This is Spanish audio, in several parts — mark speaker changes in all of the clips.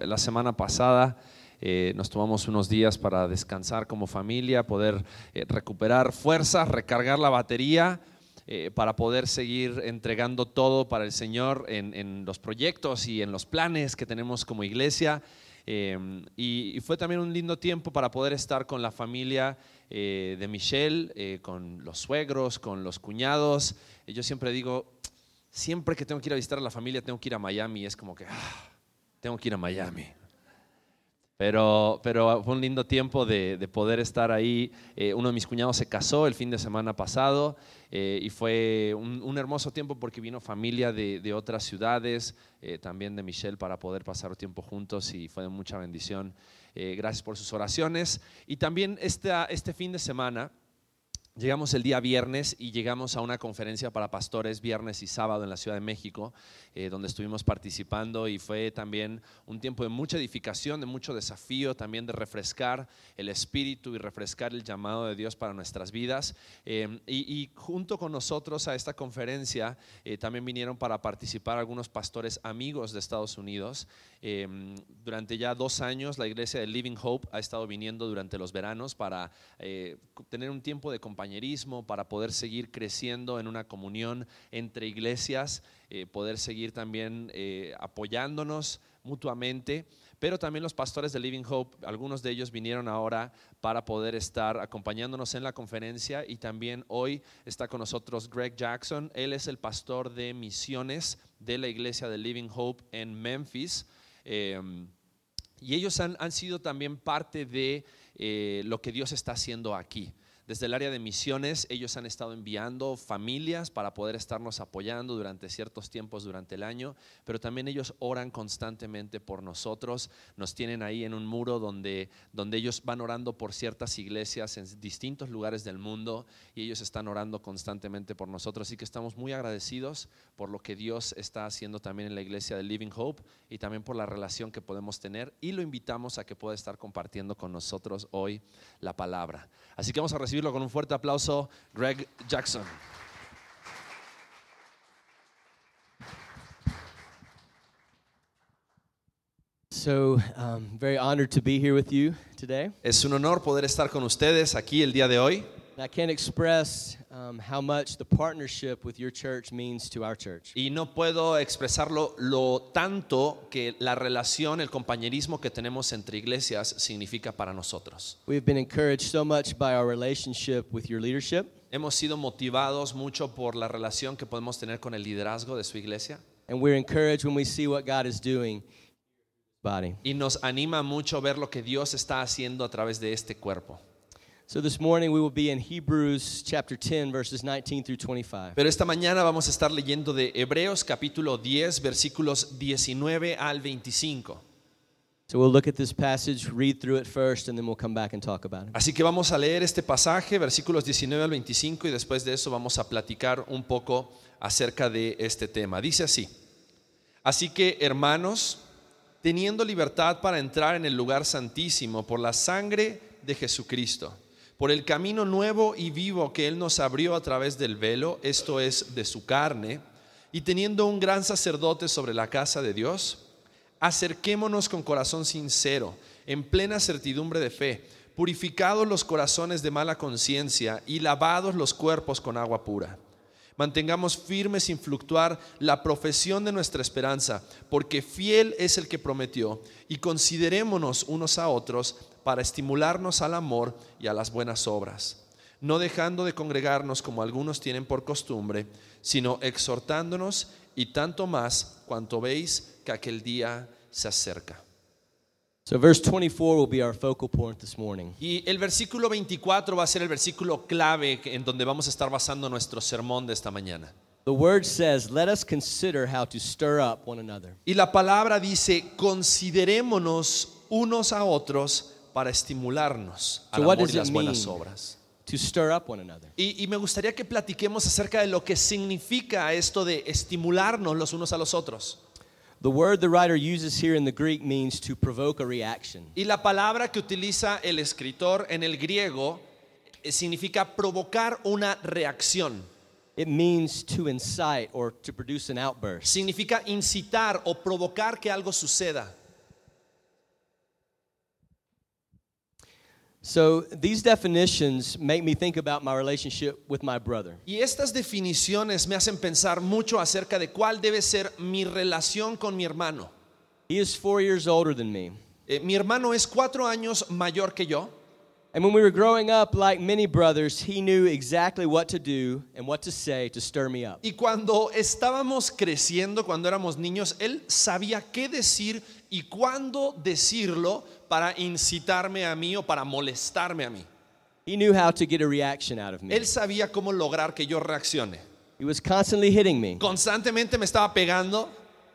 Speaker 1: La semana pasada eh, nos tomamos unos días para descansar como familia, poder eh, recuperar fuerzas, recargar la batería, eh, para poder seguir entregando todo para el Señor en, en los proyectos y en los planes que tenemos como iglesia. Eh, y, y fue también un lindo tiempo para poder estar con la familia eh, de Michelle, eh, con los suegros, con los cuñados. Eh, yo siempre digo, siempre que tengo que ir a visitar a la familia, tengo que ir a Miami. Es como que, "Ah, tengo que ir a Miami. Pero, pero fue un lindo tiempo de, de poder estar ahí. Eh, uno de mis cuñados se casó el fin de semana pasado eh, y fue un, un hermoso tiempo porque vino familia de, de otras ciudades, eh, también de Michelle, para poder pasar tiempo juntos y fue de mucha bendición. Eh, gracias por sus oraciones. Y también esta- este fin de semana Llegamos el día viernes y llegamos a una conferencia para pastores viernes y sábado en la Ciudad de México, eh, donde estuvimos participando y fue también un tiempo de mucha edificación, de mucho desafío, también de refrescar el espíritu y refrescar el llamado de Dios para nuestras vidas. Eh, y, y junto con nosotros a esta conferencia eh, también vinieron para participar algunos pastores amigos de Estados Unidos. Eh, durante ya dos años la iglesia de Living Hope ha estado viniendo durante los veranos para eh, cu- tener un tiempo de compañerismo, para poder seguir creciendo en una comunión entre iglesias, eh, poder seguir también eh, apoyándonos mutuamente. Pero también los pastores de Living Hope, algunos de ellos vinieron ahora para poder estar acompañándonos en la conferencia y también hoy está con nosotros Greg Jackson. Él es el pastor de misiones de la iglesia de Living Hope en Memphis. Eh, y ellos han, han sido también parte de eh, lo que Dios está haciendo aquí. Desde el área de misiones, ellos han estado enviando familias para poder estarnos apoyando durante ciertos tiempos durante el año, pero también ellos oran constantemente por nosotros. Nos tienen ahí en un muro donde, donde ellos van orando por ciertas iglesias en distintos lugares del mundo y ellos están orando constantemente por nosotros. Así que estamos muy agradecidos por lo que Dios está haciendo también en la iglesia de Living Hope y también por la relación que podemos tener y lo invitamos a que pueda estar compartiendo con nosotros hoy la palabra. Así que vamos a recibirlo con un fuerte aplauso, Greg Jackson.
Speaker 2: So, um, very honored to be here with you today.
Speaker 1: Es un honor poder estar con ustedes aquí el día de hoy.
Speaker 2: And I can't express um, how much the partnership with your church means to our church.
Speaker 1: Y no puedo expresarlo lo tanto que la relación, el compañerismo que tenemos entre iglesias significa para nosotros.
Speaker 2: We've been encouraged so much by our relationship with your leadership,
Speaker 1: Hemos sido motivados mucho por la relación que podemos tener con el liderazgo de su iglesia
Speaker 2: and we're encouraged when we see what God is doing. Body.
Speaker 1: y nos anima mucho ver lo que Dios está haciendo a través de este cuerpo.
Speaker 2: So this morning we will be in Hebrews chapter 10 verses 19 through 25.
Speaker 1: Pero esta mañana vamos a estar leyendo de Hebreos capítulo 10 versículos 19 al 25.
Speaker 2: So we'll look at this passage, read through it first, and then we'll come back and talk about it.
Speaker 1: Así que vamos a leer este pasaje, versículos 19 al 25, y después de eso vamos a platicar un poco acerca de este tema. Dice así, así que hermanos, teniendo libertad para entrar en el lugar santísimo por la sangre de Jesucristo, por el camino nuevo y vivo que Él nos abrió a través del velo, esto es, de su carne, y teniendo un gran sacerdote sobre la casa de Dios, Acerquémonos con corazón sincero, en plena certidumbre de fe, purificados los corazones de mala conciencia y lavados los cuerpos con agua pura. Mantengamos firme sin fluctuar la profesión de nuestra esperanza, porque fiel es el que prometió, y considerémonos unos a otros para estimularnos al amor y a las buenas obras no dejando de congregarnos como algunos tienen por costumbre, sino exhortándonos y tanto más cuanto veis que aquel día se acerca.
Speaker 2: So verse 24 will be our focal point this morning.
Speaker 1: Y el versículo 24 va a ser el versículo clave que- en donde vamos a estar basando nuestro sermón de esta mañana.
Speaker 2: The word says, "Let us consider how to stir up one another."
Speaker 1: Y la palabra dice, considerémonos unos a otros para estimularnos al
Speaker 2: So, what
Speaker 1: amor y
Speaker 2: does it
Speaker 1: las buenas
Speaker 2: mean?
Speaker 1: obras.
Speaker 2: to stir up one another.
Speaker 1: Y, y me gustaría que platiquemos acerca de lo que significa esto de estimularnos los unos a los otros.
Speaker 2: The word the writer uses here in the Greek means to provoke a reaction.
Speaker 1: Y la palabra que utiliza el escritor en el griego eh, significa provocar una reacción,
Speaker 2: It means to incite or to produce an outburst.
Speaker 1: significa incitar o provocar que algo suceda.
Speaker 2: So these definitions make me think about my relationship with my brother.
Speaker 1: Y estas definiciones me hacen pensar mucho acerca de cuál debe ser mi relación con mi hermano.
Speaker 2: He is four years older than me.
Speaker 1: Eh, mi hermano es cuatro años mayor que yo.
Speaker 2: And when we were growing up, like many brothers, he knew exactly what to do and what to say to stir me up.
Speaker 1: Y cuando estábamos creciendo, cuando éramos niños, él sabía qué decir y cuándo decirlo para incitarme a mí o para molestarme a mí.
Speaker 2: He knew how to get a reaction out of me.
Speaker 1: Él sabía cómo lograr que yo reaccione.
Speaker 2: He was constantly hitting me.
Speaker 1: Constantemente me estaba pegando.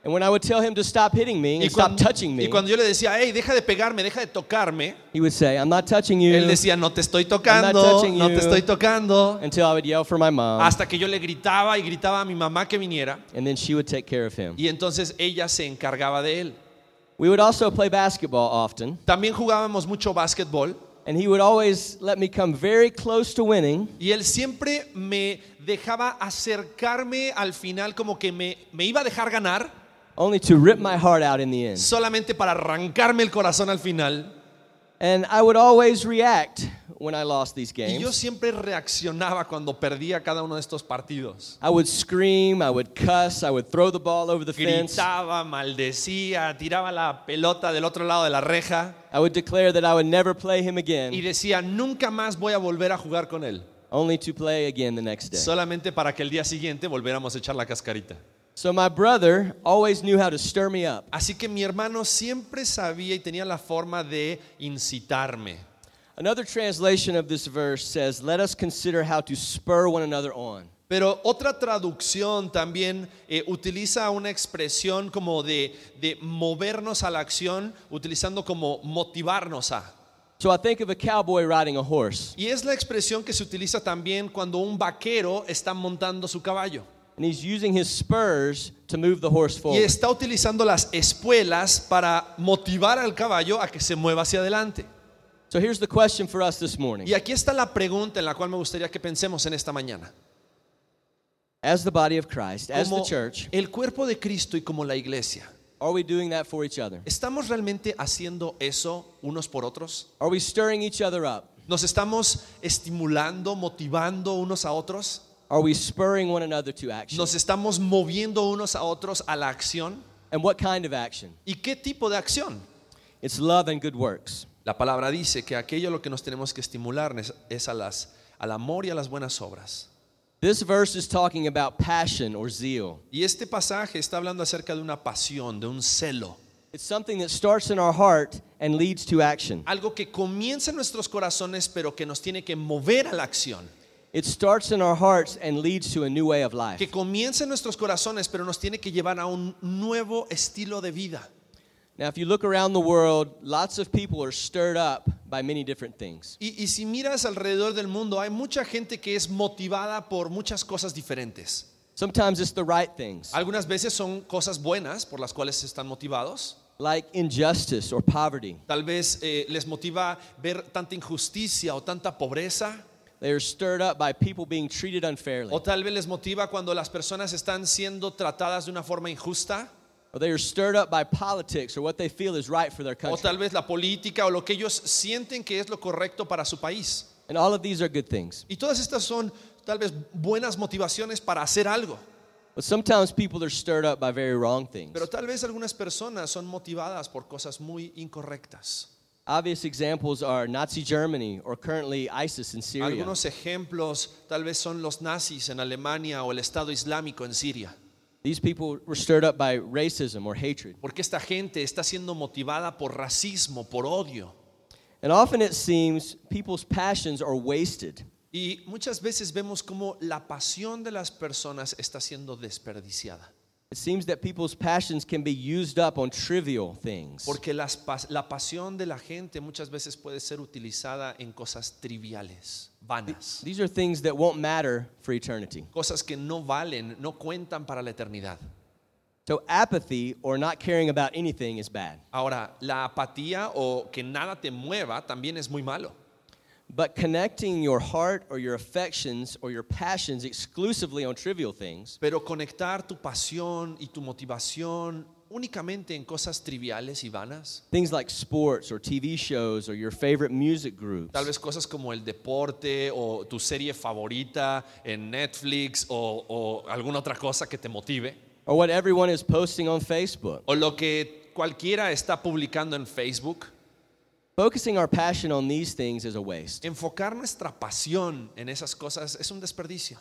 Speaker 2: And when I would tell him to stop hitting me
Speaker 1: Y
Speaker 2: and stop
Speaker 1: cuando,
Speaker 2: touching
Speaker 1: y
Speaker 2: me,
Speaker 1: cuando yo le decía, hey, deja de pegarme, deja de tocarme,
Speaker 2: he would say, I'm not touching
Speaker 1: él
Speaker 2: you.
Speaker 1: decía, no te estoy tocando,
Speaker 2: touching
Speaker 1: no te
Speaker 2: you.
Speaker 1: estoy tocando.
Speaker 2: Until I would yell for my mom,
Speaker 1: Hasta que yo le gritaba y gritaba a mi mamá que viniera.
Speaker 2: and then she would take care of him.
Speaker 1: Y entonces ella se encargaba de él.
Speaker 2: We would also play basketball often,
Speaker 1: También jugábamos mucho básquetbol.
Speaker 2: and he would always let me come very close to winning.
Speaker 1: Y él siempre me dejaba acercarme al final, como que me, me iba a dejar ganar,
Speaker 2: only to rip my heart out in the end.
Speaker 1: solamente para arrancarme el corazón al final.
Speaker 2: And I would always react when I lost these
Speaker 1: Y yo
Speaker 2: games.
Speaker 1: siempre reaccionaba cuando perdía cada uno de estos partidos.
Speaker 2: I would scream, I would cuss, I would throw the ball over the fence.
Speaker 1: Gritaba, maldecía, tiraba la pelota del otro lado de la reja
Speaker 2: I would declare that I would never play him
Speaker 1: y
Speaker 2: again,
Speaker 1: decía, nunca más voy a volver a jugar con él.
Speaker 2: only to play again the next day.
Speaker 1: Solamente para que el día siguiente volviéramos a echar la cascarita.
Speaker 2: So my brother always knew how to stir me up.
Speaker 1: Así que mi hermano siempre sabía y tenía la forma de incitarme.
Speaker 2: Another translation of this verse says, Let us consider how to spur one another on.
Speaker 1: Pero otra traducción también eh, utiliza una expresión como de, de movernos a la acción, utilizando como motivarnos a.
Speaker 2: So I think of a cowboy riding a horse,
Speaker 1: Y es la expresión que se utiliza también cuando un vaquero está montando su caballo.
Speaker 2: and he's using his spurs to move the horse
Speaker 1: Y
Speaker 2: forward.
Speaker 1: está utilizando las espuelas para motivar al caballo a que se mueva hacia adelante.
Speaker 2: So here's the question for us this morning.
Speaker 1: Y aquí está la pregunta en la cual me gustaría que pensemos en esta mañana.
Speaker 2: As the body of Christ, as the
Speaker 1: Como
Speaker 2: church,
Speaker 1: el cuerpo de Cristo y como la iglesia,
Speaker 2: are we doing that for each other?
Speaker 1: ¿estamos realmente haciendo eso unos por otros?
Speaker 2: Are we stirring each other up?
Speaker 1: ¿Nos estamos estimulando, motivando unos a otros?
Speaker 2: Are we spurring one another to action?
Speaker 1: ¿Nos estamos moviendo unos a otros a la acción?
Speaker 2: And what kind of action?
Speaker 1: ¿Y qué tipo de acción?
Speaker 2: It's love and good works.
Speaker 1: La palabra dice que aquello a lo que nos tenemos que estimular es, es a las, al amor y a las buenas obras.
Speaker 2: This verse is talking about passion or zeal.
Speaker 1: Y este pasaje está hablando acerca de una pasión, de un celo,
Speaker 2: It's something that starts in our heart and leads to action.
Speaker 1: algo que comienza en nuestros corazones pero que nos tiene que mover a la acción,
Speaker 2: It starts in our hearts and leads to a new way of life.
Speaker 1: que comienza en nuestros corazones pero nos tiene que llevar a un nuevo estilo de vida.
Speaker 2: Now, if you look around the world, lots of people are stirred up by many different things.
Speaker 1: Y, y si miras alrededor del mundo, hay mucha gente que es motivada por muchas cosas diferentes.
Speaker 2: Sometimes it's the right things,
Speaker 1: Algunas veces son cosas buenas por las cuales están motivados.
Speaker 2: like injustice or poverty.
Speaker 1: Tal vez eh, les motiva ver tanta injusticia o tanta pobreza.
Speaker 2: They are stirred up by people being treated unfairly.
Speaker 1: O tal vez les motiva cuando las personas están siendo tratadas de una forma injusta.
Speaker 2: Or they are stirred up by politics or what they feel is right for their
Speaker 1: O
Speaker 2: country.
Speaker 1: tal vez la política o lo que ellos sienten que es lo correcto para su país.
Speaker 2: And all of these are good things.
Speaker 1: Y todas estas son tal vez buenas motivaciones para hacer algo.
Speaker 2: But sometimes people are stirred up by very wrong things.
Speaker 1: Pero tal vez algunas personas son motivadas por cosas muy incorrectas.
Speaker 2: Obvious examples are Nazi Germany or currently ISIS in Syria.
Speaker 1: Algunos ejemplos tal vez son los nazis en Alemania o el Estado Islámico en Siria,
Speaker 2: These people were stirred up by racism or hatred.
Speaker 1: porque esta gente está siendo motivada por racismo, por odio.
Speaker 2: And often it seems people's passions are wasted.
Speaker 1: Y muchas veces vemos cómo la pasión de las personas está siendo desperdiciada,
Speaker 2: It seems that people's passions can be used up on trivial things.
Speaker 1: porque las pas- la pasión de la gente muchas veces puede ser utilizada en cosas triviales, vanas,
Speaker 2: These are things that won't matter for eternity.
Speaker 1: cosas que no valen, no cuentan para la eternidad.
Speaker 2: So apathy or not caring about anything is bad.
Speaker 1: Ahora, la apatía o que nada te mueva también es muy malo.
Speaker 2: But connecting your heart or your affections or your passions exclusively on trivial things
Speaker 1: Pero conectar tu pasión y tu motivación únicamente en cosas triviales y vanas,
Speaker 2: Things like sports or TV shows or your favorite music groups.
Speaker 1: tal vez cosas como el deporte o tu serie favorita en Netflix o, o alguna otra cosa que te motive,
Speaker 2: Or what everyone is posting on Facebook.
Speaker 1: o lo que cualquiera está publicando en Facebook.
Speaker 2: Focusing our passion on these things is a waste.
Speaker 1: Enfocar nuestra pasión en esas cosas es un desperdicio.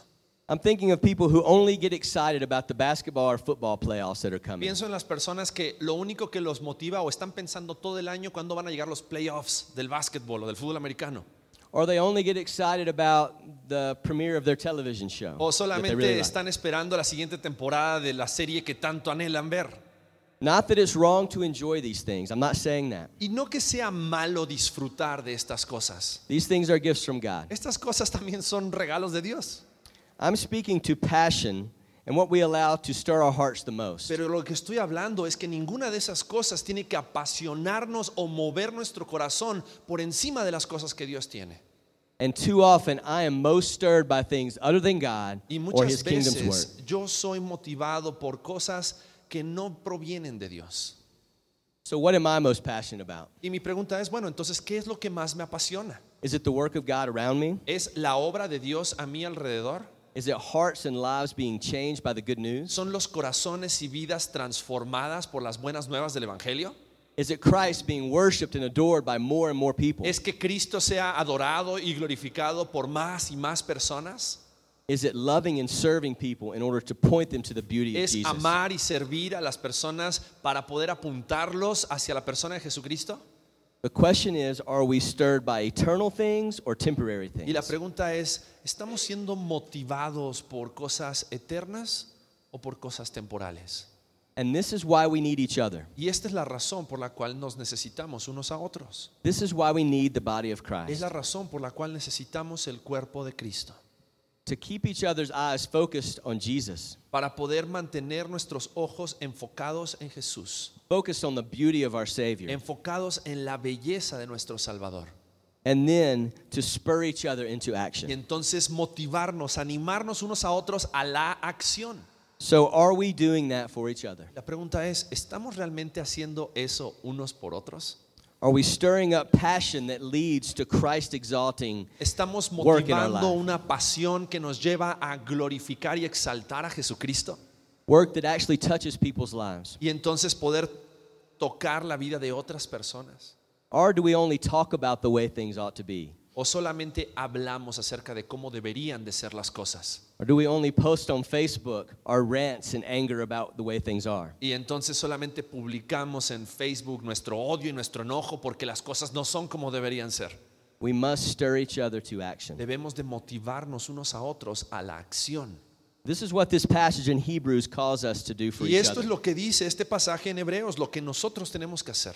Speaker 2: I'm thinking of people who only get excited about the basketball or football playoffs that are coming.
Speaker 1: Pienso en las personas que lo único que los motiva o están pensando todo el año cuándo van a llegar los playoffs del básquetbol o del fútbol americano.
Speaker 2: Or they only get excited about the premiere of their television show.
Speaker 1: O
Speaker 2: that they
Speaker 1: solamente
Speaker 2: really like.
Speaker 1: están esperando la siguiente temporada de la serie que tanto anhelan ver.
Speaker 2: Not that it's wrong to enjoy these things. I'm not saying that.
Speaker 1: Y no que sea malo disfrutar de estas cosas.
Speaker 2: These things are gifts from God.
Speaker 1: Estas cosas también son regalos de Dios.
Speaker 2: I'm speaking to passion and what we allow to stir our hearts the most.
Speaker 1: Pero lo que estoy hablando es que ninguna de esas cosas tiene que apasionarnos o mover nuestro corazón por encima de las cosas que Dios tiene.
Speaker 2: And too often I am most stirred by things other than God
Speaker 1: Y
Speaker 2: or
Speaker 1: muchas
Speaker 2: his kingdom's work.
Speaker 1: veces yo soy motivado por cosas que no provienen de Dios.
Speaker 2: So what am I most passionate about?
Speaker 1: Y mi pregunta es, bueno, entonces, ¿qué es lo que más me apasiona?
Speaker 2: Is it the work of God around me?
Speaker 1: ¿Es la obra de Dios a mi alrededor?
Speaker 2: Is it hearts and lives being changed by the good news?
Speaker 1: ¿Son los corazones y vidas transformadas por las buenas nuevas del Evangelio?
Speaker 2: Is it Christ being worshiped and adored by more and more people?
Speaker 1: ¿Es que Cristo sea adorado y glorificado por más y más personas?
Speaker 2: Is it loving and serving people in order to point them to the beauty of
Speaker 1: ¿Es
Speaker 2: Jesus?
Speaker 1: amar y servir a las personas para poder apuntarlos hacia la persona de Jesucristo?
Speaker 2: The question is, are we stirred by eternal things or temporary
Speaker 1: Y la
Speaker 2: things?
Speaker 1: pregunta es, ¿estamos siendo motivados por cosas eternas o por cosas temporales?
Speaker 2: And this is why we need each other.
Speaker 1: Y esta es la razón por la cual nos necesitamos unos a otros.
Speaker 2: This is why we need the body of
Speaker 1: Es
Speaker 2: Christ.
Speaker 1: la razón por la cual necesitamos el cuerpo de Cristo.
Speaker 2: To keep each other's eyes focused on Jesus,
Speaker 1: Para poder mantener nuestros ojos enfocados en Jesús,
Speaker 2: focused on the beauty of our Savior,
Speaker 1: enfocados en la belleza de nuestro Salvador.
Speaker 2: and then to spur each other into
Speaker 1: Y
Speaker 2: action.
Speaker 1: entonces motivarnos, animarnos unos a otros a la acción.
Speaker 2: So, are we doing that for each other?
Speaker 1: La pregunta es, ¿estamos realmente haciendo eso unos por otros?
Speaker 2: Are we stirring up passion that leads to Christ exalting?
Speaker 1: ¿Estamos
Speaker 2: Work in our
Speaker 1: motivando
Speaker 2: life.
Speaker 1: una pasión que nos lleva a glorificar y exaltar a Jesucristo?
Speaker 2: Work that actually touches people's lives?
Speaker 1: Y entonces poder tocar la vida de otras personas.
Speaker 2: Or do we only talk about the way things ought to be?
Speaker 1: ¿O solamente hablamos acerca de cómo deberían de ser las cosas?
Speaker 2: Or do we only post on Facebook our rants and anger about the way things are?
Speaker 1: Y entonces solamente publicamos en Facebook nuestro odio y nuestro enojo porque las cosas no son como deberían ser.
Speaker 2: We must stir each other to action.
Speaker 1: Debemos de motivarnos unos a otros a la acción.
Speaker 2: This is what this passage in Hebrews calls us to do for
Speaker 1: Y
Speaker 2: each
Speaker 1: esto es
Speaker 2: other.
Speaker 1: lo que dice este pasaje en Hebreos, lo que nosotros tenemos que hacer.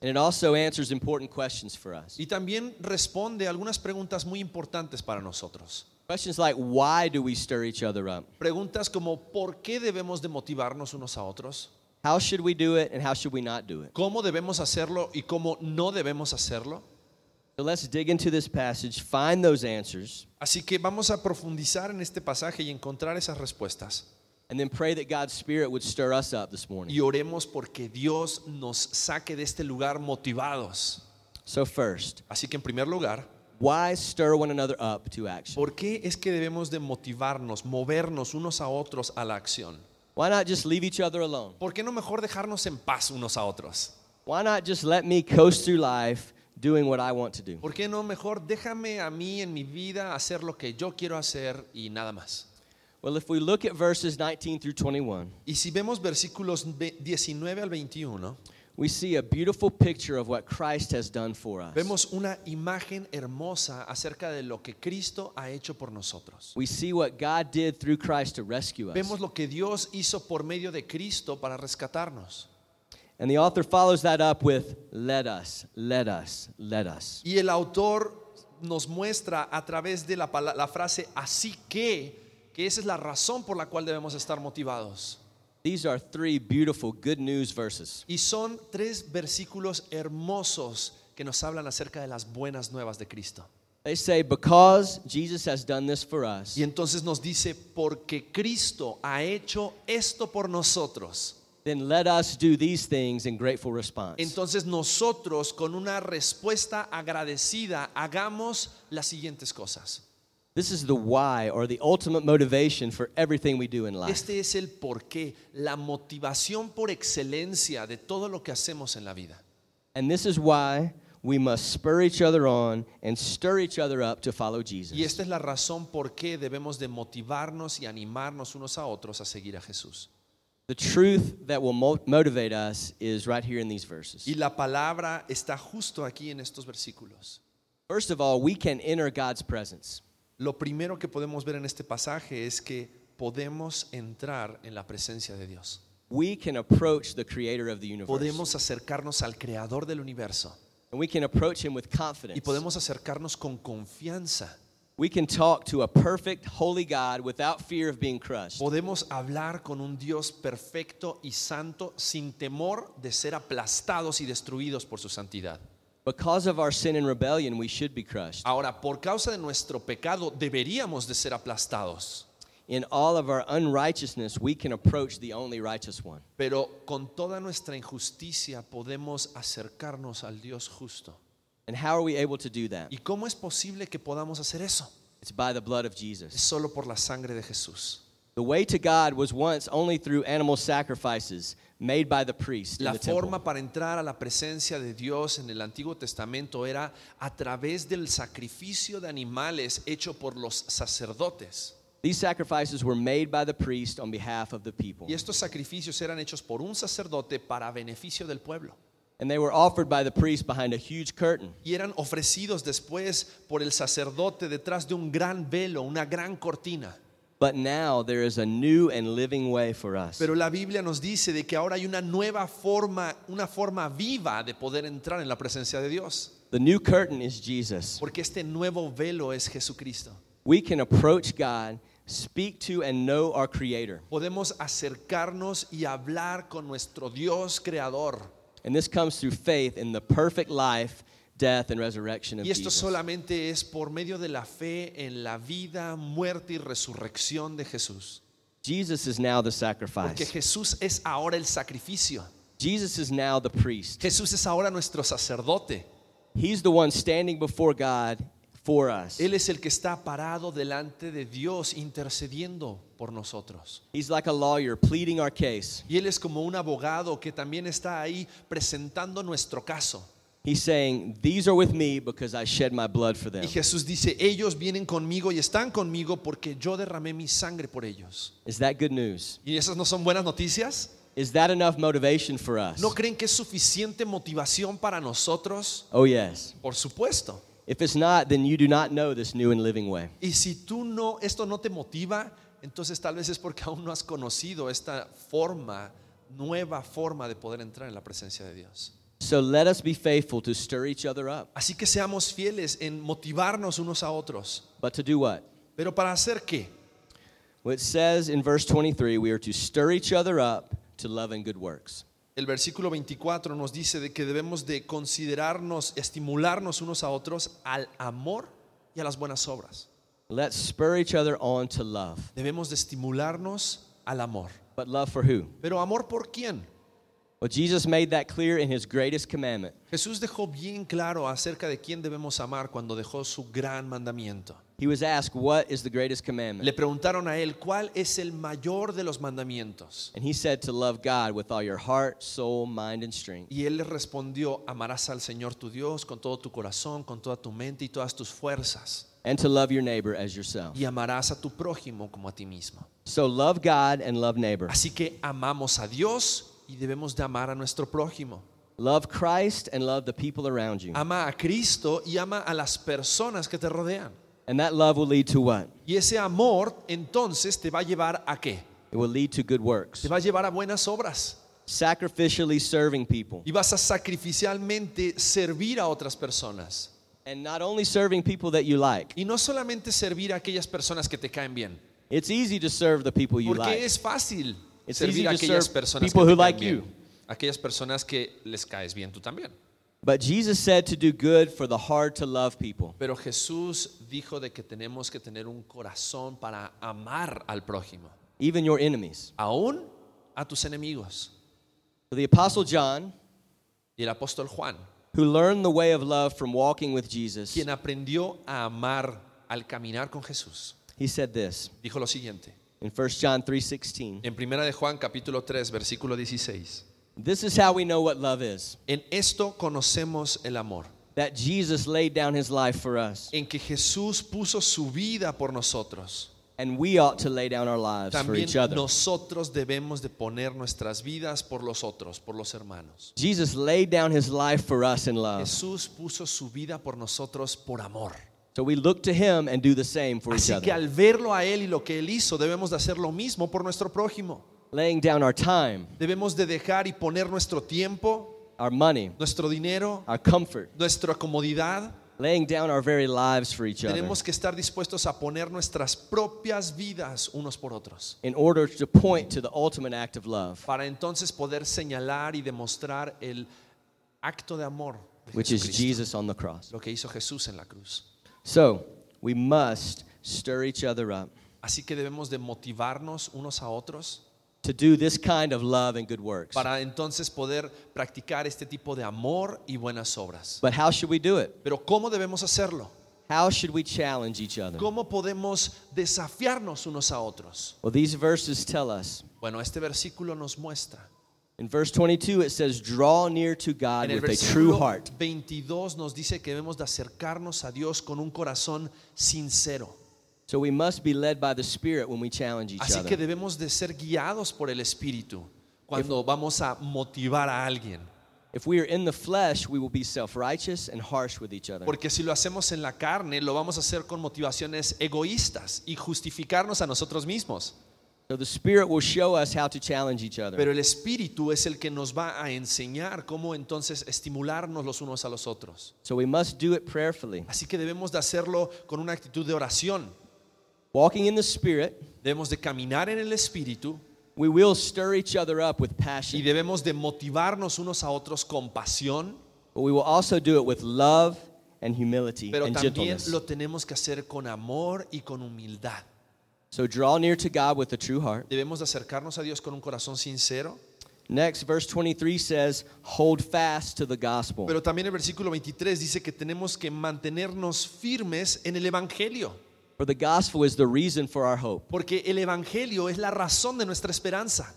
Speaker 2: And it also answers important questions for us.
Speaker 1: Y también responde algunas preguntas muy importantes para nosotros.
Speaker 2: Questions like why do we stir each other up?
Speaker 1: Preguntas como ¿por qué debemos de motivarnos unos a otros?
Speaker 2: How should we do it and how should we not do it?
Speaker 1: ¿Cómo debemos hacerlo y cómo no debemos hacerlo?
Speaker 2: So let's dig into this passage, find those answers,
Speaker 1: Así que vamos a profundizar en este pasaje y encontrar esas respuestas.
Speaker 2: and then pray that God's Spirit would stir us up this morning.
Speaker 1: Y oremos porque Dios nos saque de este lugar motivados.
Speaker 2: So, first,
Speaker 1: Así que en primer lugar,
Speaker 2: why stir one another up to action?
Speaker 1: ¿por qué es que debemos de motivarnos, movernos unos a otros a la acción?
Speaker 2: Why not just leave each other alone?
Speaker 1: ¿Por qué no mejor dejarnos en paz unos a otros?
Speaker 2: Why not just let me coast through life doing what I want to do?
Speaker 1: ¿Por qué no mejor déjame a mí en mi vida hacer lo que yo quiero hacer y nada más?
Speaker 2: Well, if we look at verses 19 through 21,
Speaker 1: Y si vemos versículos ve- 19 al 21,
Speaker 2: we see a beautiful picture of what Christ has done for us.
Speaker 1: vemos una imagen hermosa acerca de lo que Cristo ha hecho por nosotros.
Speaker 2: We see what God did through Christ to rescue us.
Speaker 1: Vemos lo que Dios hizo por medio de Cristo para rescatarnos.
Speaker 2: And the author follows that up with, let us, let us, let us.
Speaker 1: Y el autor nos muestra a través de la, pala- la frase así que, que esa es la razón por la cual debemos estar motivados.
Speaker 2: These are three beautiful good news verses.
Speaker 1: Y son tres versículos hermosos que nos hablan acerca de las buenas nuevas de Cristo.
Speaker 2: They say, because Jesus has done this for us,
Speaker 1: Y entonces nos dice, porque Cristo ha hecho esto por nosotros.
Speaker 2: then let us do these things in grateful response.
Speaker 1: Entonces nosotros con una respuesta agradecida hagamos las siguientes cosas.
Speaker 2: This is the why or the ultimate motivation for everything we do in life.
Speaker 1: Este es el porqué, la motivación por excelencia de todo lo que hacemos en la vida.
Speaker 2: And this is why we must spur each other on and stir each other up to follow Jesus.
Speaker 1: Y esta es la razón por qué debemos de motivarnos y animarnos unos a otros a seguir a Jesús.
Speaker 2: The truth that will mo- motivate us is right here in these verses.
Speaker 1: Y la palabra está justo aquí en estos versículos.
Speaker 2: First of all, we can enter God's presence.
Speaker 1: Lo primero que podemos ver en este pasaje es que podemos entrar en la presencia de Dios.
Speaker 2: We can approach the creator of the universe.
Speaker 1: Podemos acercarnos al creador del universo
Speaker 2: And we can approach him with confidence.
Speaker 1: y podemos acercarnos con confianza.
Speaker 2: We can talk to a perfect, holy God without fear of being crushed.
Speaker 1: Podemos hablar con un Dios perfecto y santo sin temor de ser aplastados y destruidos por su santidad.
Speaker 2: Because of our sin and rebellion, we should be crushed.
Speaker 1: Ahora, por causa de nuestro pecado deberíamos de ser aplastados,
Speaker 2: In all of our unrighteousness, we can approach the only righteous one.
Speaker 1: pero con toda nuestra injusticia podemos acercarnos al Dios justo.
Speaker 2: And how are we able to do that?
Speaker 1: ¿Y cómo es posible que podamos hacer eso?
Speaker 2: It's by the blood of
Speaker 1: Es
Speaker 2: Jesus.
Speaker 1: solo por la sangre de Jesús.
Speaker 2: The way to God was once only through animal sacrifices made by the priest in
Speaker 1: La
Speaker 2: the temple.
Speaker 1: forma para entrar a la presencia de Dios en el Antiguo Testamento era a través del sacrificio de animales hecho por los sacerdotes.
Speaker 2: These sacrifices were made by the priest on behalf of the people.
Speaker 1: Y estos sacrificios eran hechos por un sacerdote para beneficio del pueblo.
Speaker 2: And they were offered by the priest behind a huge curtain.
Speaker 1: Y eran ofrecidos después por el sacerdote detrás de un gran velo, una gran cortina.
Speaker 2: But now there is a new and living way for us.
Speaker 1: Pero la Biblia nos dice de que ahora hay una nueva forma, una forma viva de poder entrar en la presencia de Dios.
Speaker 2: The new curtain is Jesus.
Speaker 1: Porque este nuevo velo es Jesucristo.
Speaker 2: We can approach God, speak to, and know our Creator.
Speaker 1: Podemos acercarnos y hablar con nuestro Dios creador.
Speaker 2: And this comes through faith in the perfect life, death, and resurrection of
Speaker 1: Y esto
Speaker 2: Jesus.
Speaker 1: solamente es por medio de la fe en la vida, muerte y resurrección de Jesús.
Speaker 2: Jesus is now the
Speaker 1: Porque
Speaker 2: sacrifice.
Speaker 1: Jesús es ahora el sacrificio.
Speaker 2: Jesus is now the priest.
Speaker 1: Jesús es ahora nuestro sacerdote.
Speaker 2: He's the one standing before God for us.
Speaker 1: Él es el que está parado delante de Dios intercediendo por nosotros.
Speaker 2: He's like a lawyer pleading our case.
Speaker 1: Y Él es como un abogado que también está ahí presentando nuestro caso.
Speaker 2: He's saying, These are with me because I shed my blood for them.
Speaker 1: Y Jesús dice, ellos vienen conmigo y están conmigo porque yo derramé mi sangre por ellos.
Speaker 2: Is that good news?
Speaker 1: ¿Y esas no son buenas noticias?
Speaker 2: Is that enough motivation for us?
Speaker 1: ¿No creen que es suficiente motivación para nosotros?
Speaker 2: Oh, yes.
Speaker 1: Por supuesto.
Speaker 2: If it's not, then you do not know this new and living way.
Speaker 1: Y si tú no, esto no te motiva, entonces tal vez es porque aún no has conocido esta forma, nueva forma de poder entrar en la presencia de Dios.
Speaker 2: So let us be faithful to stir each other up.
Speaker 1: Así que seamos fieles en motivarnos unos a otros.
Speaker 2: But to do what?
Speaker 1: Pero para hacer qué?
Speaker 2: Well, it says in verse 23 we are to stir each other up to love and good works.
Speaker 1: El versículo 24 nos dice de que debemos de considerarnos, estimularnos unos a otros al amor y a las buenas obras.
Speaker 2: Let's spur each other on to love.
Speaker 1: Debemos de estimularnos al amor.
Speaker 2: But love for who?
Speaker 1: Pero amor por quién?
Speaker 2: Well, Jesus made that clear in his greatest commandment.
Speaker 1: Jesús dejó bien claro acerca de quién debemos amar cuando dejó su gran mandamiento.
Speaker 2: He was asked, What is the greatest commandment?
Speaker 1: Le preguntaron a él, ¿cuál es el mayor de los mandamientos?
Speaker 2: And he said, To love God with all your heart, soul, mind, and strength.
Speaker 1: Y él les respondió, amarás al Señor tu Dios con todo tu corazón, con toda tu mente y todas tus fuerzas,
Speaker 2: And to love your neighbor as yourself.
Speaker 1: y amarás a tu prójimo como a ti mismo.
Speaker 2: So love God and love neighbor.
Speaker 1: Así que amamos a Dios y debemos de amar a nuestro prójimo.
Speaker 2: Love Christ and love the people around you.
Speaker 1: Ama a Cristo y ama a las personas que te rodean.
Speaker 2: And that love will lead to what?
Speaker 1: Y ese amor entonces te va a llevar a qué?
Speaker 2: It will lead to good works.
Speaker 1: Te va a llevar a buenas obras.
Speaker 2: Sacrificially serving people.
Speaker 1: y vas a sacrificialmente servir a otras personas.
Speaker 2: And not only serving people that you like.
Speaker 1: Y no solamente servir a aquellas personas que te caen bien,
Speaker 2: It's easy to serve the people you
Speaker 1: porque
Speaker 2: like.
Speaker 1: es fácil
Speaker 2: It's easy
Speaker 1: servir a
Speaker 2: to
Speaker 1: aquellas
Speaker 2: serve
Speaker 1: personas que
Speaker 2: people
Speaker 1: te
Speaker 2: who
Speaker 1: caen
Speaker 2: like
Speaker 1: bien,
Speaker 2: you.
Speaker 1: aquellas personas que les caes bien tú también.
Speaker 2: But Jesus said to do good for the hard to love people.
Speaker 1: Pero Jesús dijo de que tenemos que tener un corazón para amar al prójimo,
Speaker 2: even your enemies.
Speaker 1: aún a tus enemigos.
Speaker 2: The Apostle John,
Speaker 1: y el apóstol Juan,
Speaker 2: who learned the way of love from walking with Jesus,
Speaker 1: quien aprendió a amar al caminar con Jesús,
Speaker 2: he said this
Speaker 1: dijo lo siguiente.
Speaker 2: in 1 John 3:16.
Speaker 1: En primera de Juan capítulo 3, versículo 16.
Speaker 2: This is how we know what love is.
Speaker 1: En esto conocemos el amor,
Speaker 2: That Jesus laid down his life for us,
Speaker 1: en que Jesús puso su vida por nosotros.
Speaker 2: and we ought to lay down our lives for
Speaker 1: También
Speaker 2: each other.
Speaker 1: nosotros debemos de poner nuestras vidas por los otros, por los hermanos.
Speaker 2: Jesus laid down his life for us in love.
Speaker 1: Jesús puso su vida por nosotros por amor.
Speaker 2: So we look to him and do the same for each
Speaker 1: Así que
Speaker 2: other.
Speaker 1: al verlo a Él y lo que Él hizo, debemos de hacer lo mismo por nuestro prójimo.
Speaker 2: Laying down our time,
Speaker 1: Debemos de dejar y poner nuestro tiempo,
Speaker 2: our money,
Speaker 1: nuestro dinero,
Speaker 2: our comfort,
Speaker 1: nuestra comodidad.
Speaker 2: laying down our very lives for each other
Speaker 1: Tenemos que estar dispuestos a poner nuestras propias vidas unos por otros
Speaker 2: in order to point to the ultimate act of love,
Speaker 1: para entonces poder señalar y demostrar el acto de amor de
Speaker 2: which is
Speaker 1: Jesucristo,
Speaker 2: Jesus on the cross.
Speaker 1: lo que hizo Jesús en la cruz.
Speaker 2: So we must stir each other up
Speaker 1: Así que debemos de motivarnos unos a otros
Speaker 2: to do this kind of love and good works.
Speaker 1: para entonces poder practicar este tipo de amor y buenas obras.
Speaker 2: But how should we do it?
Speaker 1: Pero ¿cómo debemos hacerlo?
Speaker 2: How should we challenge each other?
Speaker 1: ¿Cómo podemos desafiarnos unos a otros?
Speaker 2: Well, these verses tell us.
Speaker 1: Bueno, este versículo nos muestra.
Speaker 2: In verse 22, it says, Draw near to God
Speaker 1: En el
Speaker 2: with a true
Speaker 1: versículo
Speaker 2: heart.
Speaker 1: 22 nos dice que debemos de acercarnos a Dios con un corazón sincero.
Speaker 2: So we must be led by the Spirit when we challenge each
Speaker 1: Así que
Speaker 2: other.
Speaker 1: debemos de ser guiados por el Espíritu cuando vamos a motivar a alguien.
Speaker 2: If we are in the flesh, we will be self righteous and harsh with each other.
Speaker 1: Porque si lo hacemos en la carne, lo vamos a hacer con motivaciones egoístas y justificarnos a nosotros mismos.
Speaker 2: So the Spirit will show us how to challenge each other.
Speaker 1: Pero el Espíritu es el que nos va a enseñar cómo entonces estimularnos los unos a los otros.
Speaker 2: So we must do it prayerfully.
Speaker 1: Así que debemos de hacerlo con una actitud de oración.
Speaker 2: Walking in the Spirit,
Speaker 1: Debemos de caminar en el Espíritu
Speaker 2: we will stir each other up with
Speaker 1: y
Speaker 2: passion,
Speaker 1: debemos de motivarnos unos a otros con pasión,
Speaker 2: but we will also do it with love and humility
Speaker 1: pero
Speaker 2: and
Speaker 1: también
Speaker 2: gentleness.
Speaker 1: lo tenemos que hacer con amor y con humildad.
Speaker 2: So draw near to God with a true heart.
Speaker 1: Debemos de acercarnos a Dios con un corazón sincero,
Speaker 2: Next, verse 23 says, Hold fast to the gospel.
Speaker 1: pero también el versículo 23 dice que tenemos que mantenernos firmes en el Evangelio,
Speaker 2: For the gospel is the reason for our hope.
Speaker 1: porque el Evangelio es la razón de nuestra esperanza.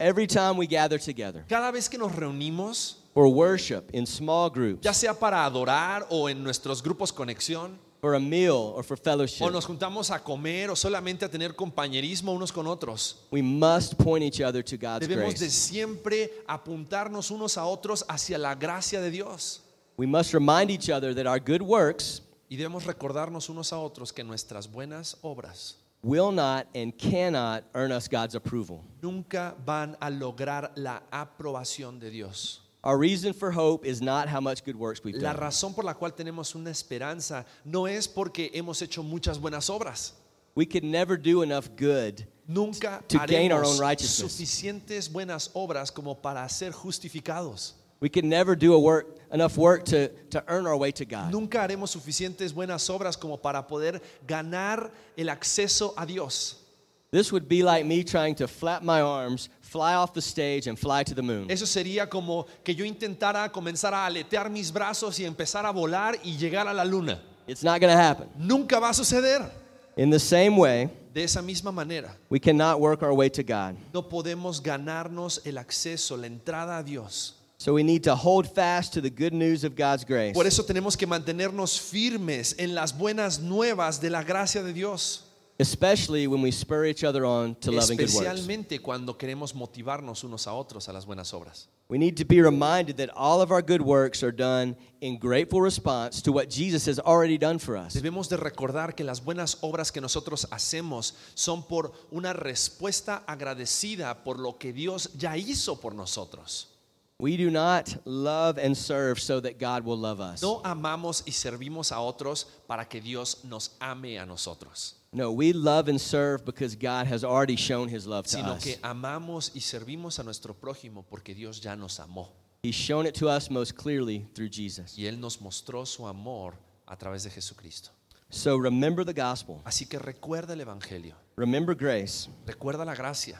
Speaker 2: Every time we gather together
Speaker 1: Cada vez que nos reunimos,
Speaker 2: for worship in small groups,
Speaker 1: ya sea para adorar o en nuestros grupos conexión,
Speaker 2: for a meal or for
Speaker 1: o
Speaker 2: fellowship,
Speaker 1: nos juntamos a comer o solamente a tener compañerismo unos con otros,
Speaker 2: we must point each other to God's
Speaker 1: Debemos de
Speaker 2: grace.
Speaker 1: siempre apuntarnos unos a otros hacia la gracia de Dios.
Speaker 2: We must remind each other that our good works
Speaker 1: Y debemos recordarnos unos a otros que nuestras buenas obras
Speaker 2: will not and cannot earn us God's approval.
Speaker 1: nunca van a lograr la aprobación de Dios.
Speaker 2: Our reason for hope is not how much good works we've
Speaker 1: La
Speaker 2: done.
Speaker 1: razón por la cual tenemos una esperanza no es porque hemos hecho muchas buenas obras.
Speaker 2: We could never do enough good.
Speaker 1: Nunca
Speaker 2: To gain our
Speaker 1: haremos
Speaker 2: own righteousness.
Speaker 1: suficientes buenas obras como para ser justificados.
Speaker 2: We could never do a work, enough work to, to earn our way to God.
Speaker 1: Nunca haremos suficientes buenas obras como para poder ganar el acceso a Dios.
Speaker 2: This would be like me trying to flap my arms, fly off the stage, and fly to the moon.
Speaker 1: Eso sería como que yo intentara comenzar a aletear mis brazos y empezar a volar y llegar a la luna.
Speaker 2: It's not going to happen.
Speaker 1: Nunca va a suceder.
Speaker 2: In the same way,
Speaker 1: De esa misma manera,
Speaker 2: we cannot work our way to God.
Speaker 1: no podemos ganarnos el acceso, la entrada a Dios.
Speaker 2: So we need to hold fast to the good news of God's grace.
Speaker 1: Por eso tenemos que mantenernos firmes en las buenas nuevas de la gracia de Dios,
Speaker 2: especially when we spur each other on to love and good works.
Speaker 1: especialmente cuando queremos motivarnos unos a otros a las buenas obras.
Speaker 2: We need to be reminded that all of our good works are done in grateful response to what Jesus has already done for us.
Speaker 1: Debemos de recordar que las buenas obras que nosotros hacemos son por una respuesta agradecida por lo que Dios ya hizo por nosotros.
Speaker 2: We do not love and serve so that God will love us.
Speaker 1: No amamos y servimos a otros para que Dios nos ame a nosotros,
Speaker 2: No, we love and serve because God has already shown his love to
Speaker 1: sino
Speaker 2: us.
Speaker 1: que amamos y servimos a nuestro prójimo porque Dios ya nos amó
Speaker 2: He's shown it to us most clearly through Jesus.
Speaker 1: y Él nos mostró su amor a través de Jesucristo.
Speaker 2: So remember the gospel,
Speaker 1: Así que recuerda el Evangelio,
Speaker 2: remember grace,
Speaker 1: recuerda la gracia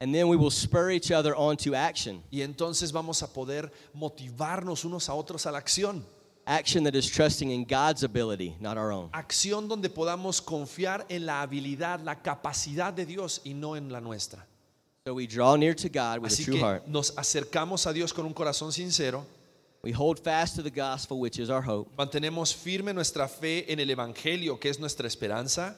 Speaker 2: and then we will spur each other on to action.
Speaker 1: Y entonces vamos a poder motivarnos unos a otros a la acción.
Speaker 2: Action that is trusting in God's ability, not our own.
Speaker 1: Acción donde podamos confiar en la habilidad, la capacidad de Dios y no en la nuestra.
Speaker 2: So we draw near to God with a
Speaker 1: Así
Speaker 2: true
Speaker 1: que
Speaker 2: heart.
Speaker 1: nos acercamos a Dios con un corazón sincero,
Speaker 2: We hold fast to the gospel, which is our hope.
Speaker 1: mantenemos firme nuestra fe en el Evangelio, que es nuestra esperanza,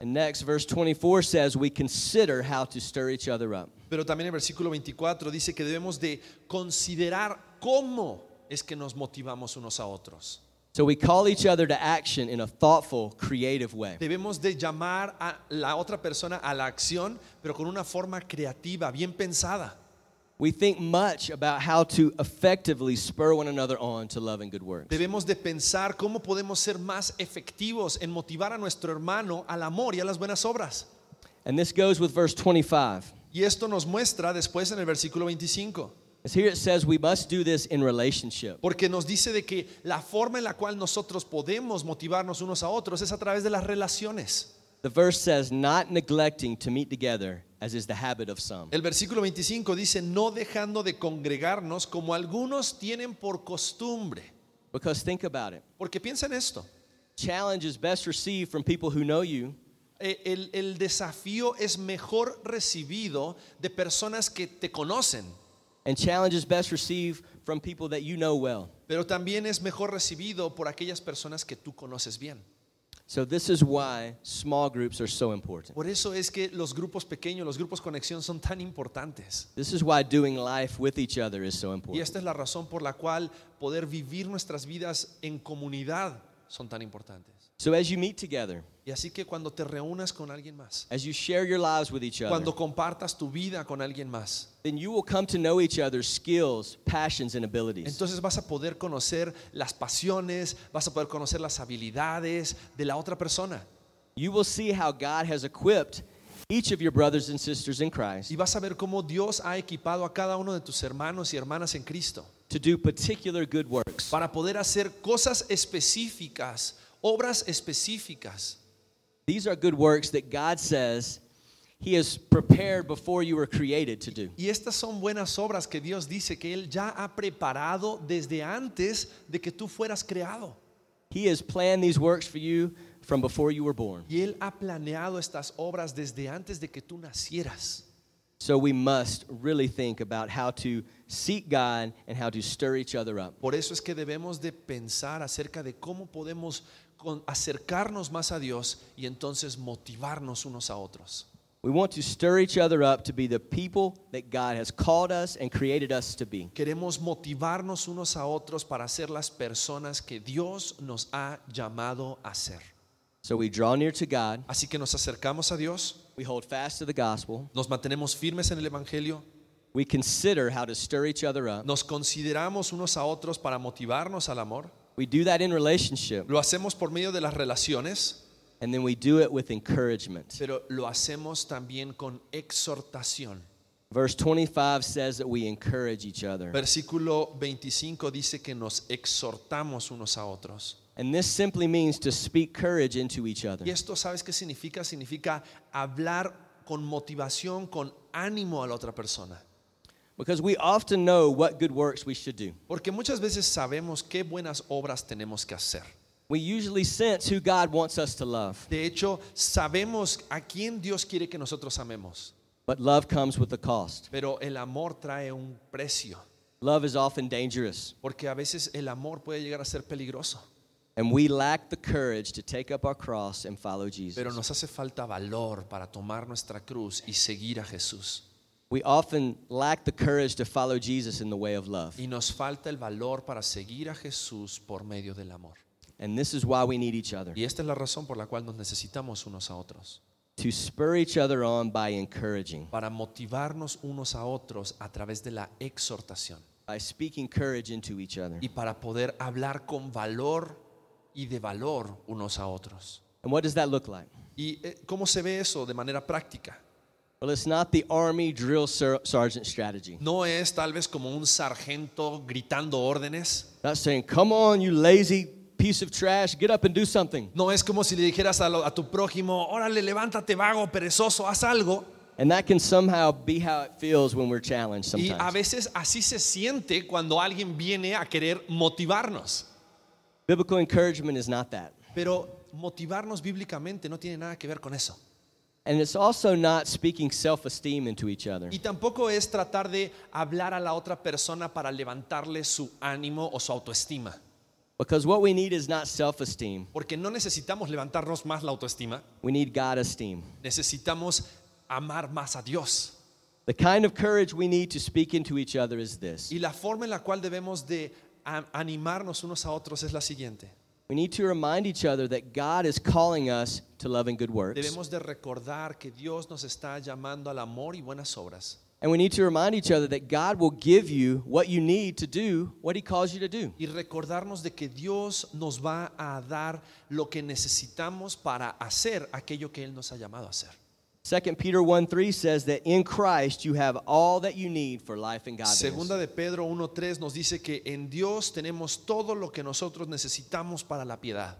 Speaker 2: And next, verse 24 says, We consider how to stir each other up.
Speaker 1: pero también el versículo 24 dice que debemos de considerar cómo es que nos motivamos unos a otros.
Speaker 2: So we call each other to action in a thoughtful, creative way.
Speaker 1: Debemos de llamar a la otra persona a la acción, pero con una forma creativa, bien pensada.
Speaker 2: We think much about how to effectively spur one another on to love and good works.
Speaker 1: Debemos de pensar cómo podemos ser más efectivos en motivar a nuestro hermano al amor y a las buenas obras.
Speaker 2: And this goes with verse 25.
Speaker 1: Y esto nos muestra después en el versículo 25,
Speaker 2: As here it says, we must do this in relationship.
Speaker 1: porque nos dice de que la forma en la cual nosotros podemos motivarnos unos a otros es a través de las relaciones.
Speaker 2: The verse says, not neglecting to meet together, as is the habit of some.
Speaker 1: El versículo 25 dice, no dejando de congregarnos como algunos tienen por costumbre.
Speaker 2: Because think about it
Speaker 1: Porque piensa en esto,
Speaker 2: challenge is best received from people who know you
Speaker 1: eh, el, el desafío es mejor recibido de personas que te conocen,
Speaker 2: And challenge is best received from people that you know well.
Speaker 1: pero también es mejor recibido por aquellas personas que tú conoces bien.
Speaker 2: So this is why small groups are so important.
Speaker 1: Por eso es que los grupos pequeños, los grupos conexión son tan importantes.
Speaker 2: This is why doing life with each other is so
Speaker 1: Y
Speaker 2: important.
Speaker 1: esta es la razón por la cual poder vivir nuestras vidas en comunidad son tan importantes.
Speaker 2: So as you meet together,
Speaker 1: Y así que cuando te reúnas con alguien más,
Speaker 2: as you share your lives with each other,
Speaker 1: cuando compartas tu vida con alguien más,
Speaker 2: then you will come to know each other's skills, passions, and abilities.
Speaker 1: entonces vas a poder conocer las pasiones, vas a poder conocer las habilidades de la otra persona.
Speaker 2: You will see how God has equipped each of your brothers and sisters in Christ
Speaker 1: Y vas a ver cómo Dios ha equipado a cada uno de tus hermanos y hermanas en Cristo
Speaker 2: to do particular good works.
Speaker 1: para poder hacer cosas específicas, obras específicas.
Speaker 2: These are good works that God says He has prepared before you were created to do.
Speaker 1: Y estas son buenas obras que Dios dice que Él ya ha preparado desde antes de que tú fueras creado.
Speaker 2: He has planned these works for you from before you were born.
Speaker 1: Y Él ha planeado estas obras desde antes de que tú nacieras.
Speaker 2: So we must really think about how to seek God and how to stir each other up.
Speaker 1: Por eso es que debemos de pensar acerca de cómo podemos con- acercarnos más a Dios y entonces motivarnos unos a otros.
Speaker 2: We want to stir each other up to be the people that God has called us and created us to be.
Speaker 1: Queremos motivarnos unos a otros para ser las personas que Dios nos ha llamado a ser.
Speaker 2: So we draw near to God,
Speaker 1: Así que nos acercamos a Dios,
Speaker 2: we hold fast to the gospel,
Speaker 1: nos mantenemos firmes en el Evangelio,
Speaker 2: we consider how to stir each other up.
Speaker 1: Nos consideramos unos a otros para motivarnos al amor.
Speaker 2: We do that in relationship,
Speaker 1: Lo hacemos por medio de las relaciones,
Speaker 2: and then we do it with encouragement.
Speaker 1: pero lo hacemos también con exhortación.
Speaker 2: Verse 25 says that we encourage each other.
Speaker 1: Versículo 25 dice que nos exhortamos unos a otros.
Speaker 2: And this simply means to speak courage into each other.
Speaker 1: Y esto, ¿sabes qué significa? Significa hablar con motivación, con ánimo a la otra persona.
Speaker 2: Because we often know what good works we should do.
Speaker 1: Porque muchas veces sabemos qué buenas obras tenemos que hacer.
Speaker 2: We usually sense who God wants us to love.
Speaker 1: De hecho, sabemos a quién Dios quiere que nosotros amemos,
Speaker 2: But love comes with a cost.
Speaker 1: pero el amor trae un precio.
Speaker 2: Love is often dangerous,
Speaker 1: Porque a veces el amor puede llegar a ser peligroso,
Speaker 2: and we lack the courage to take up our cross and follow Jesus.
Speaker 1: pero nos hace falta valor para tomar nuestra cruz y seguir a Jesús.
Speaker 2: We often lack the courage to follow Jesus in the way of love.
Speaker 1: Y nos falta el valor para seguir a Jesús por medio del amor.
Speaker 2: And this is why we need each other
Speaker 1: Y esta es la razón por la cual nos necesitamos unos a otros,
Speaker 2: to spur each other on by encouraging,
Speaker 1: para motivarnos unos a otros a través de la exhortación
Speaker 2: by speaking courage into each other.
Speaker 1: y para poder hablar con valor y de valor unos a otros.
Speaker 2: And what does that look like?
Speaker 1: ¿Y eh, cómo se ve eso de manera práctica?
Speaker 2: Well, it's not the Army drill ser- sergeant strategy.
Speaker 1: No es tal vez como un sargento gritando órdenes.
Speaker 2: Not saying, come on, you lazy piece of trash, get up and do something.
Speaker 1: No es como si le dijeras a, lo- a tu prójimo, órale, levántate vago, perezoso, haz algo.
Speaker 2: And that can somehow be how it feels when we're challenged
Speaker 1: Y a
Speaker 2: sometimes.
Speaker 1: veces así se siente cuando alguien viene a querer motivarnos.
Speaker 2: Biblical encouragement is not that.
Speaker 1: Pero motivarnos bíblicamente no tiene nada que ver con eso.
Speaker 2: And it's also not speaking self esteem into each other.
Speaker 1: Y tampoco es tratar de hablar a la otra persona para levantarle su ánimo o su autoestima.
Speaker 2: Because what we need is not self esteem,
Speaker 1: Porque no necesitamos levantarnos más la autoestima,
Speaker 2: we need God esteem.
Speaker 1: necesitamos amar más a Dios.
Speaker 2: The kind of courage we need to speak into each other is this
Speaker 1: Y la forma en la cual debemos de a- animarnos unos a otros es la siguiente.
Speaker 2: we need to remind each other that God is calling us to love and good works.
Speaker 1: Debemos de recordar que Dios nos está llamando al amor y buenas obras.
Speaker 2: And we need to remind each other that God will give you what you need to do what He calls you to do.
Speaker 1: Y recordarnos de que Dios nos va a dar lo que necesitamos para hacer aquello que Él nos ha llamado a hacer.
Speaker 2: 2 Peter 1 3 says that in Christ you have all that you need for life and godliness.
Speaker 1: Segunda de Pedro 1.3 nos dice que en Dios tenemos todo lo que nosotros necesitamos para la piedad.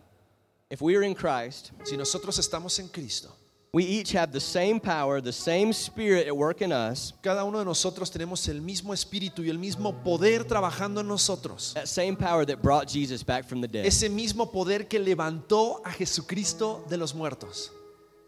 Speaker 2: if we are in Christ,
Speaker 1: Si nosotros estamos en Cristo,
Speaker 2: we each have the same power, the same spirit at work in us,
Speaker 1: cada uno de nosotros tenemos el mismo espíritu y el mismo poder trabajando en nosotros.
Speaker 2: that same power that brought Jesus back from the dead.
Speaker 1: Ese mismo poder que levantó a Jesucristo de los muertos.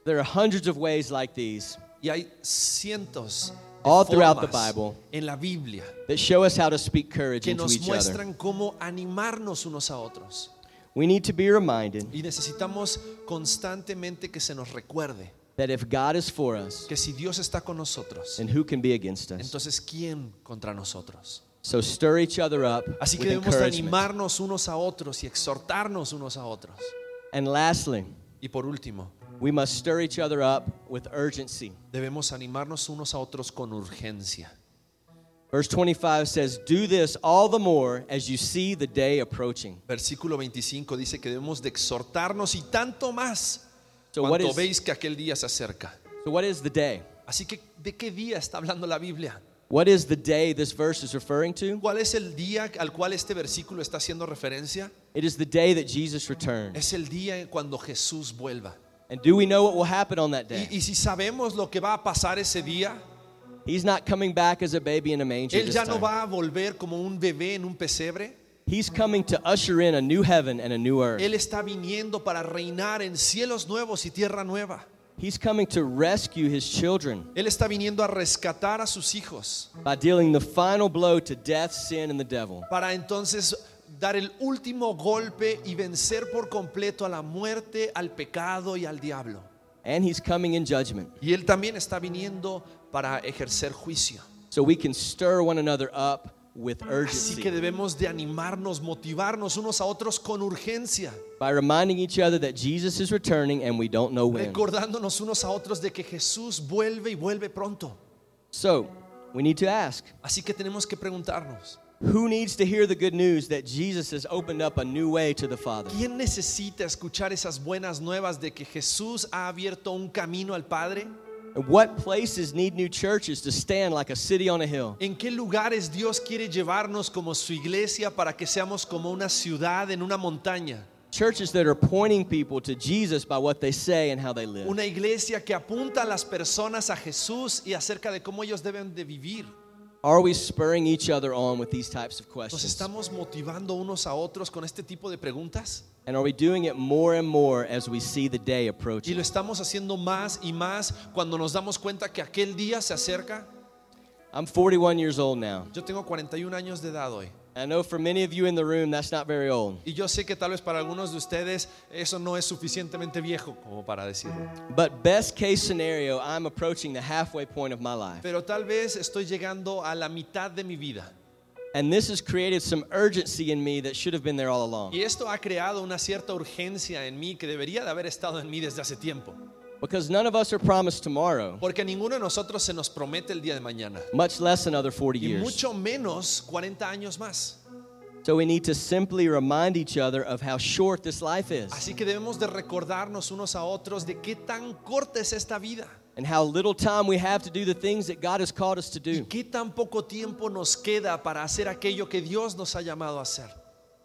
Speaker 2: there are hundreds of ways like these
Speaker 1: Y hay cientos de
Speaker 2: All throughout the
Speaker 1: formas
Speaker 2: Bible.
Speaker 1: en la Biblia
Speaker 2: that show us how to speak courage
Speaker 1: que
Speaker 2: into
Speaker 1: nos
Speaker 2: each other.
Speaker 1: muestran cómo animarnos unos a otros.
Speaker 2: We need to be reminded
Speaker 1: Y necesitamos constantemente que se nos recuerde
Speaker 2: that if God is for us,
Speaker 1: que si Dios está con nosotros,
Speaker 2: then who can be against us?
Speaker 1: entonces ¿quién contra nosotros?
Speaker 2: So stir each other up
Speaker 1: Así que
Speaker 2: with
Speaker 1: debemos de
Speaker 2: encouragement.
Speaker 1: animarnos unos a otros y exhortarnos unos a otros.
Speaker 2: And lastly,
Speaker 1: Y por último,
Speaker 2: we must stir each other up with urgency.
Speaker 1: debemos animarnos unos a otros con urgencia.
Speaker 2: Verse 25 says, Do this all the more as you see the day approaching.
Speaker 1: Versículo 25 dice que debemos de exhortarnos y tanto más
Speaker 2: So what
Speaker 1: cuanto
Speaker 2: is-
Speaker 1: veis que aquel día se acerca.
Speaker 2: So, what is the day?
Speaker 1: Así que, ¿de qué día está hablando la Biblia?
Speaker 2: What is the day this verse is referring to?
Speaker 1: ¿Cuál es el día al cual este versículo está haciendo referencia?
Speaker 2: It is the day that Jesus returned.
Speaker 1: Es el día en cuando Jesús vuelva.
Speaker 2: And do we know what will happen on that day?
Speaker 1: Y, y si sabemos lo que va a pasar ese día,
Speaker 2: He's not coming back as a baby in a manger.
Speaker 1: Él
Speaker 2: this
Speaker 1: ya no
Speaker 2: time.
Speaker 1: va a volver como un bebé en un pesebre.
Speaker 2: He's coming to usher in a new heaven and a new earth.
Speaker 1: Él está viniendo para reinar en cielos nuevos y tierra nueva.
Speaker 2: He's coming to rescue his children
Speaker 1: Él está viniendo a rescatar a sus hijos
Speaker 2: by dealing the final blow to death, sin, and the devil.
Speaker 1: para entonces dar el último golpe y vencer por completo a la muerte, al pecado y al diablo.
Speaker 2: And he's coming in judgment.
Speaker 1: Y Él también está viniendo para ejercer juicio.
Speaker 2: So we can stir one another up with
Speaker 1: Así que
Speaker 2: urgency
Speaker 1: debemos de animarnos, motivarnos unos a otros con urgencia,
Speaker 2: by reminding each other that Jesus is returning and we don't know when.
Speaker 1: recordándonos unos a otros de que Jesús vuelve y vuelve pronto.
Speaker 2: So we need to ask
Speaker 1: Así que tenemos que preguntarnos,
Speaker 2: who needs to hear the good news that Jesus has opened up a new way to the Father?
Speaker 1: ¿Quién necesita escuchar esas buenas nuevas de que Jesús ha abierto un camino al Padre?
Speaker 2: And what places need new churches to stand like a city on a hill?
Speaker 1: ¿En qué lugares Dios quiere llevarnos como su iglesia para que seamos como una ciudad en una montaña?
Speaker 2: Churches that are pointing people to Jesus by what they say and how they live.
Speaker 1: Una iglesia que apunta a las personas a Jesús y acerca de cómo ellos deben de vivir.
Speaker 2: Are we spurring each other on with these types of
Speaker 1: ¿Nos
Speaker 2: questions?
Speaker 1: estamos motivando unos a otros con este tipo de preguntas?
Speaker 2: And are we doing it more and more as we see the day
Speaker 1: Y
Speaker 2: approaching?
Speaker 1: lo estamos haciendo más y más cuando nos damos cuenta que aquel día se acerca.
Speaker 2: I'm 41 years old now.
Speaker 1: Yo tengo 41 años de edad hoy.
Speaker 2: I know for many of you in the room, that's not very old.
Speaker 1: Y yo sé que tal vez para algunos de ustedes eso no es suficientemente viejo como para decirlo.
Speaker 2: But best case scenario, I'm approaching the halfway point of my life.
Speaker 1: Pero tal vez estoy llegando a la mitad de mi vida.
Speaker 2: And this has created some urgency in me that should have been there all along.
Speaker 1: Y esto ha creado una cierta urgencia en mí que debería de haber estado en mí desde hace tiempo.
Speaker 2: Because none of us are promised tomorrow,
Speaker 1: Porque a ninguno de nosotros se nos promete el día de mañana.
Speaker 2: much less another 40
Speaker 1: Y
Speaker 2: years.
Speaker 1: mucho menos 40 años más.
Speaker 2: So we need to simply remind each other of how short this life is
Speaker 1: Así que debemos de recordarnos unos a otros de qué tan corta es esta vida.
Speaker 2: and how little time we have to do the things that God has called us to
Speaker 1: Y
Speaker 2: do.
Speaker 1: qué tan poco tiempo nos queda para hacer aquello que Dios nos ha llamado a hacer.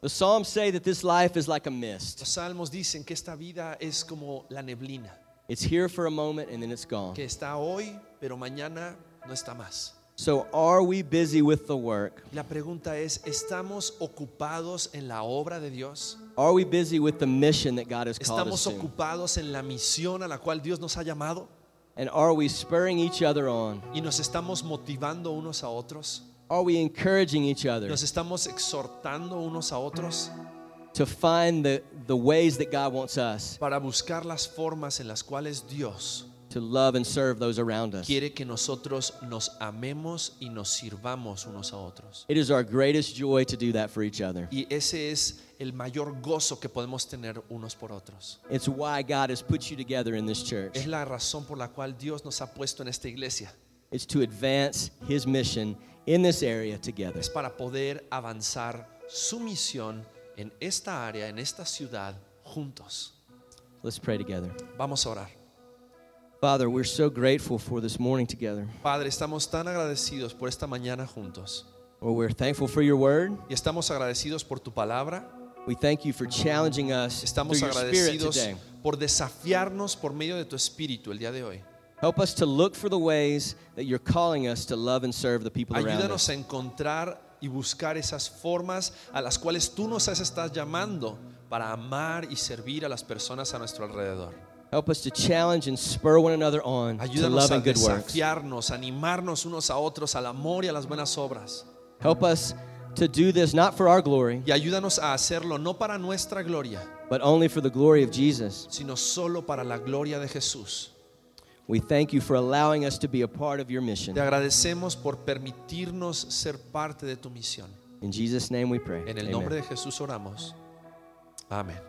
Speaker 2: The Psalms say that this life is like a mist.
Speaker 1: Los salmos dicen que esta vida es como la neblina.
Speaker 2: It's here for a moment and then it's gone.
Speaker 1: que está hoy, pero mañana no está más.
Speaker 2: So, are we busy with the work?
Speaker 1: La pregunta es, ¿estamos ocupados en la obra de Dios?
Speaker 2: Are we busy with the mission that God has called us
Speaker 1: ¿Estamos
Speaker 2: to?
Speaker 1: ocupados en la misión a la cual Dios nos ha llamado?
Speaker 2: And are we spurring each other on?
Speaker 1: ¿Y nos estamos motivando unos a otros?
Speaker 2: Are we encouraging each other
Speaker 1: ¿Nos estamos exhortando unos a otros
Speaker 2: to find the, the ways that God wants us
Speaker 1: para buscar las formas en las cuales Dios
Speaker 2: to love and serve those around us?
Speaker 1: quiere que nosotros nos amemos y nos sirvamos unos a otros?
Speaker 2: It is our greatest joy to do that for each other.
Speaker 1: Y ese es el mayor gozo que podemos tener unos por otros.
Speaker 2: It's why God has put you together in this
Speaker 1: Es
Speaker 2: church.
Speaker 1: la razón por la cual Dios nos ha puesto en esta iglesia.
Speaker 2: It's to advance His mission in this area together.
Speaker 1: es para poder avanzar su misión en esta área, en esta ciudad, juntos.
Speaker 2: Let's pray together.
Speaker 1: Vamos a orar.
Speaker 2: Father, we're so grateful for this morning together.
Speaker 1: Padre, estamos tan agradecidos por esta mañana juntos
Speaker 2: Well, we're thankful for your word.
Speaker 1: y estamos agradecidos por tu palabra.
Speaker 2: We thank you for challenging us
Speaker 1: Estamos
Speaker 2: through your spirit
Speaker 1: agradecidos
Speaker 2: today.
Speaker 1: por desafiarnos por medio de tu espíritu el día de hoy.
Speaker 2: Help us to look for the ways that you're calling us to love and serve the people around us.
Speaker 1: Ayúdanos a encontrar y buscar esas formas a las cuales tú nos has- estás llamando para amar y servir a las personas a nuestro alrededor.
Speaker 2: Help us to challenge and spur one another on to
Speaker 1: Ayúdanos
Speaker 2: love
Speaker 1: a
Speaker 2: and good works.
Speaker 1: desafiarnos, animarnos unos a otros al amor y a las buenas obras.
Speaker 2: Help us to do this not for our glory,
Speaker 1: Y ayúdanos a hacerlo no para nuestra gloria,
Speaker 2: but only for the glory of Jesus.
Speaker 1: sino solo para la gloria de Jesús.
Speaker 2: We thank you for allowing us to be a part of your
Speaker 1: Te
Speaker 2: mission.
Speaker 1: agradecemos por permitirnos ser parte de tu misión.
Speaker 2: In Jesus' name we pray.
Speaker 1: En el
Speaker 2: Amen.
Speaker 1: nombre de Jesús oramos. Amén.